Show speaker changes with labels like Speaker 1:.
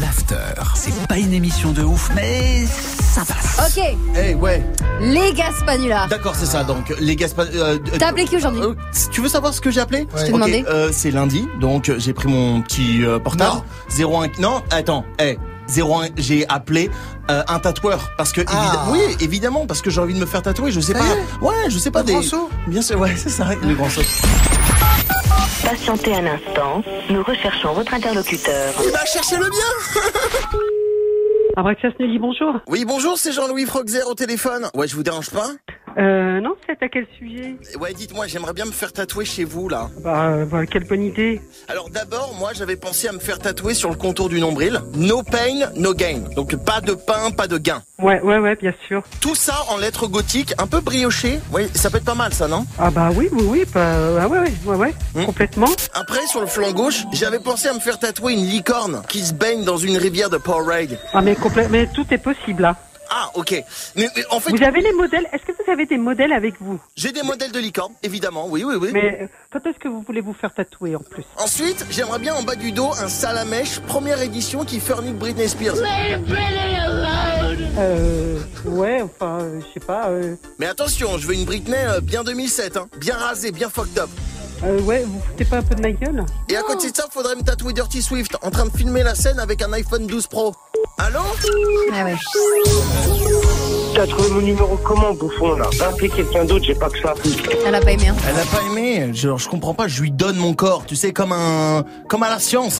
Speaker 1: l'after. C'est pas une émission de ouf, mais ça passe.
Speaker 2: Ok,
Speaker 3: Eh ouais,
Speaker 2: les Gaspanulas.
Speaker 3: d'accord, c'est ça. Donc les Gaspar. euh, euh,
Speaker 2: T'as appelé qui aujourd'hui
Speaker 3: euh, Tu veux savoir ce que j'ai appelé
Speaker 2: Je t'ai
Speaker 3: Ok,
Speaker 2: demandé.
Speaker 3: euh, c'est lundi, donc euh, j'ai pris mon petit euh, portable. 01. Non, attends. Eh. 01, j'ai appelé euh, un tatoueur parce que évidemment, oui évidemment parce que j'ai envie de me faire tatouer je sais pas ouais je sais pas des bien sûr ouais c'est ça le grand saut
Speaker 4: Patientez un instant, nous recherchons votre interlocuteur.
Speaker 3: il va chercher le Eh ben, bien
Speaker 5: Abraxas nous dit bonjour.
Speaker 3: oui bonjour c'est Jean-Louis Froxer au téléphone ouais je vous dérange pas
Speaker 5: Euh, non, c'est à quel sujet
Speaker 3: ouais dites-moi j'aimerais bien me faire tatouer chez vous là
Speaker 5: bah, euh, bah, quelle bonne idée.
Speaker 3: Alors d'abord, moi j'avais pensé à me faire tatouer sur le contour du nombril. No pain, no gain. Donc pas de pain, pas de gain.
Speaker 5: Ouais, ouais, ouais, bien sûr.
Speaker 3: Tout ça en lettres gothiques, un peu briochées. Oui, ça peut être pas mal ça, non
Speaker 5: Ah bah oui, oui, oui, bah, euh, ah ouais, ouais, ouais, ouais,
Speaker 3: Hmm.
Speaker 5: complètement.
Speaker 3: Après, sur le flanc gauche, j'avais pensé à me faire tatouer une licorne qui se baigne dans une rivière de Powerade.
Speaker 5: Ah mais complè- mais tout est possible là.
Speaker 3: Ah, ok. Mais, mais en fait,
Speaker 5: Vous avez les modèles Est-ce que vous avez des modèles avec vous
Speaker 3: j'ai des modèles de licorne, évidemment. Oui, oui, oui.
Speaker 5: Mais euh, quand est-ce que vous voulez vous faire tatouer en plus
Speaker 3: Ensuite, j'aimerais bien en bas du dos un salamèche, première édition qui furnique Britney Spears.
Speaker 5: Euh, ouais, enfin, euh, je sais pas. Euh,
Speaker 3: Mais attention, je veux une Britney euh, bien 2007, hein. bien rasée, bien fucked up.
Speaker 5: euh, ouais, vous foutez pas un peu de ma gueule
Speaker 3: Et à côté de ça, faudrait me tatouer Dirty Swift en train de filmer la scène avec un iPhone 12 Pro. Allô
Speaker 2: Ah ouais.
Speaker 6: T'as trouvé mon numéro comment, bouffon, là Va appeler quelqu'un d'autre, j'ai pas que ça.
Speaker 2: Elle a pas aimé. Hein.
Speaker 3: Elle a pas aimé, je, je comprends pas, je lui donne mon corps, tu sais, comme un. comme à la science.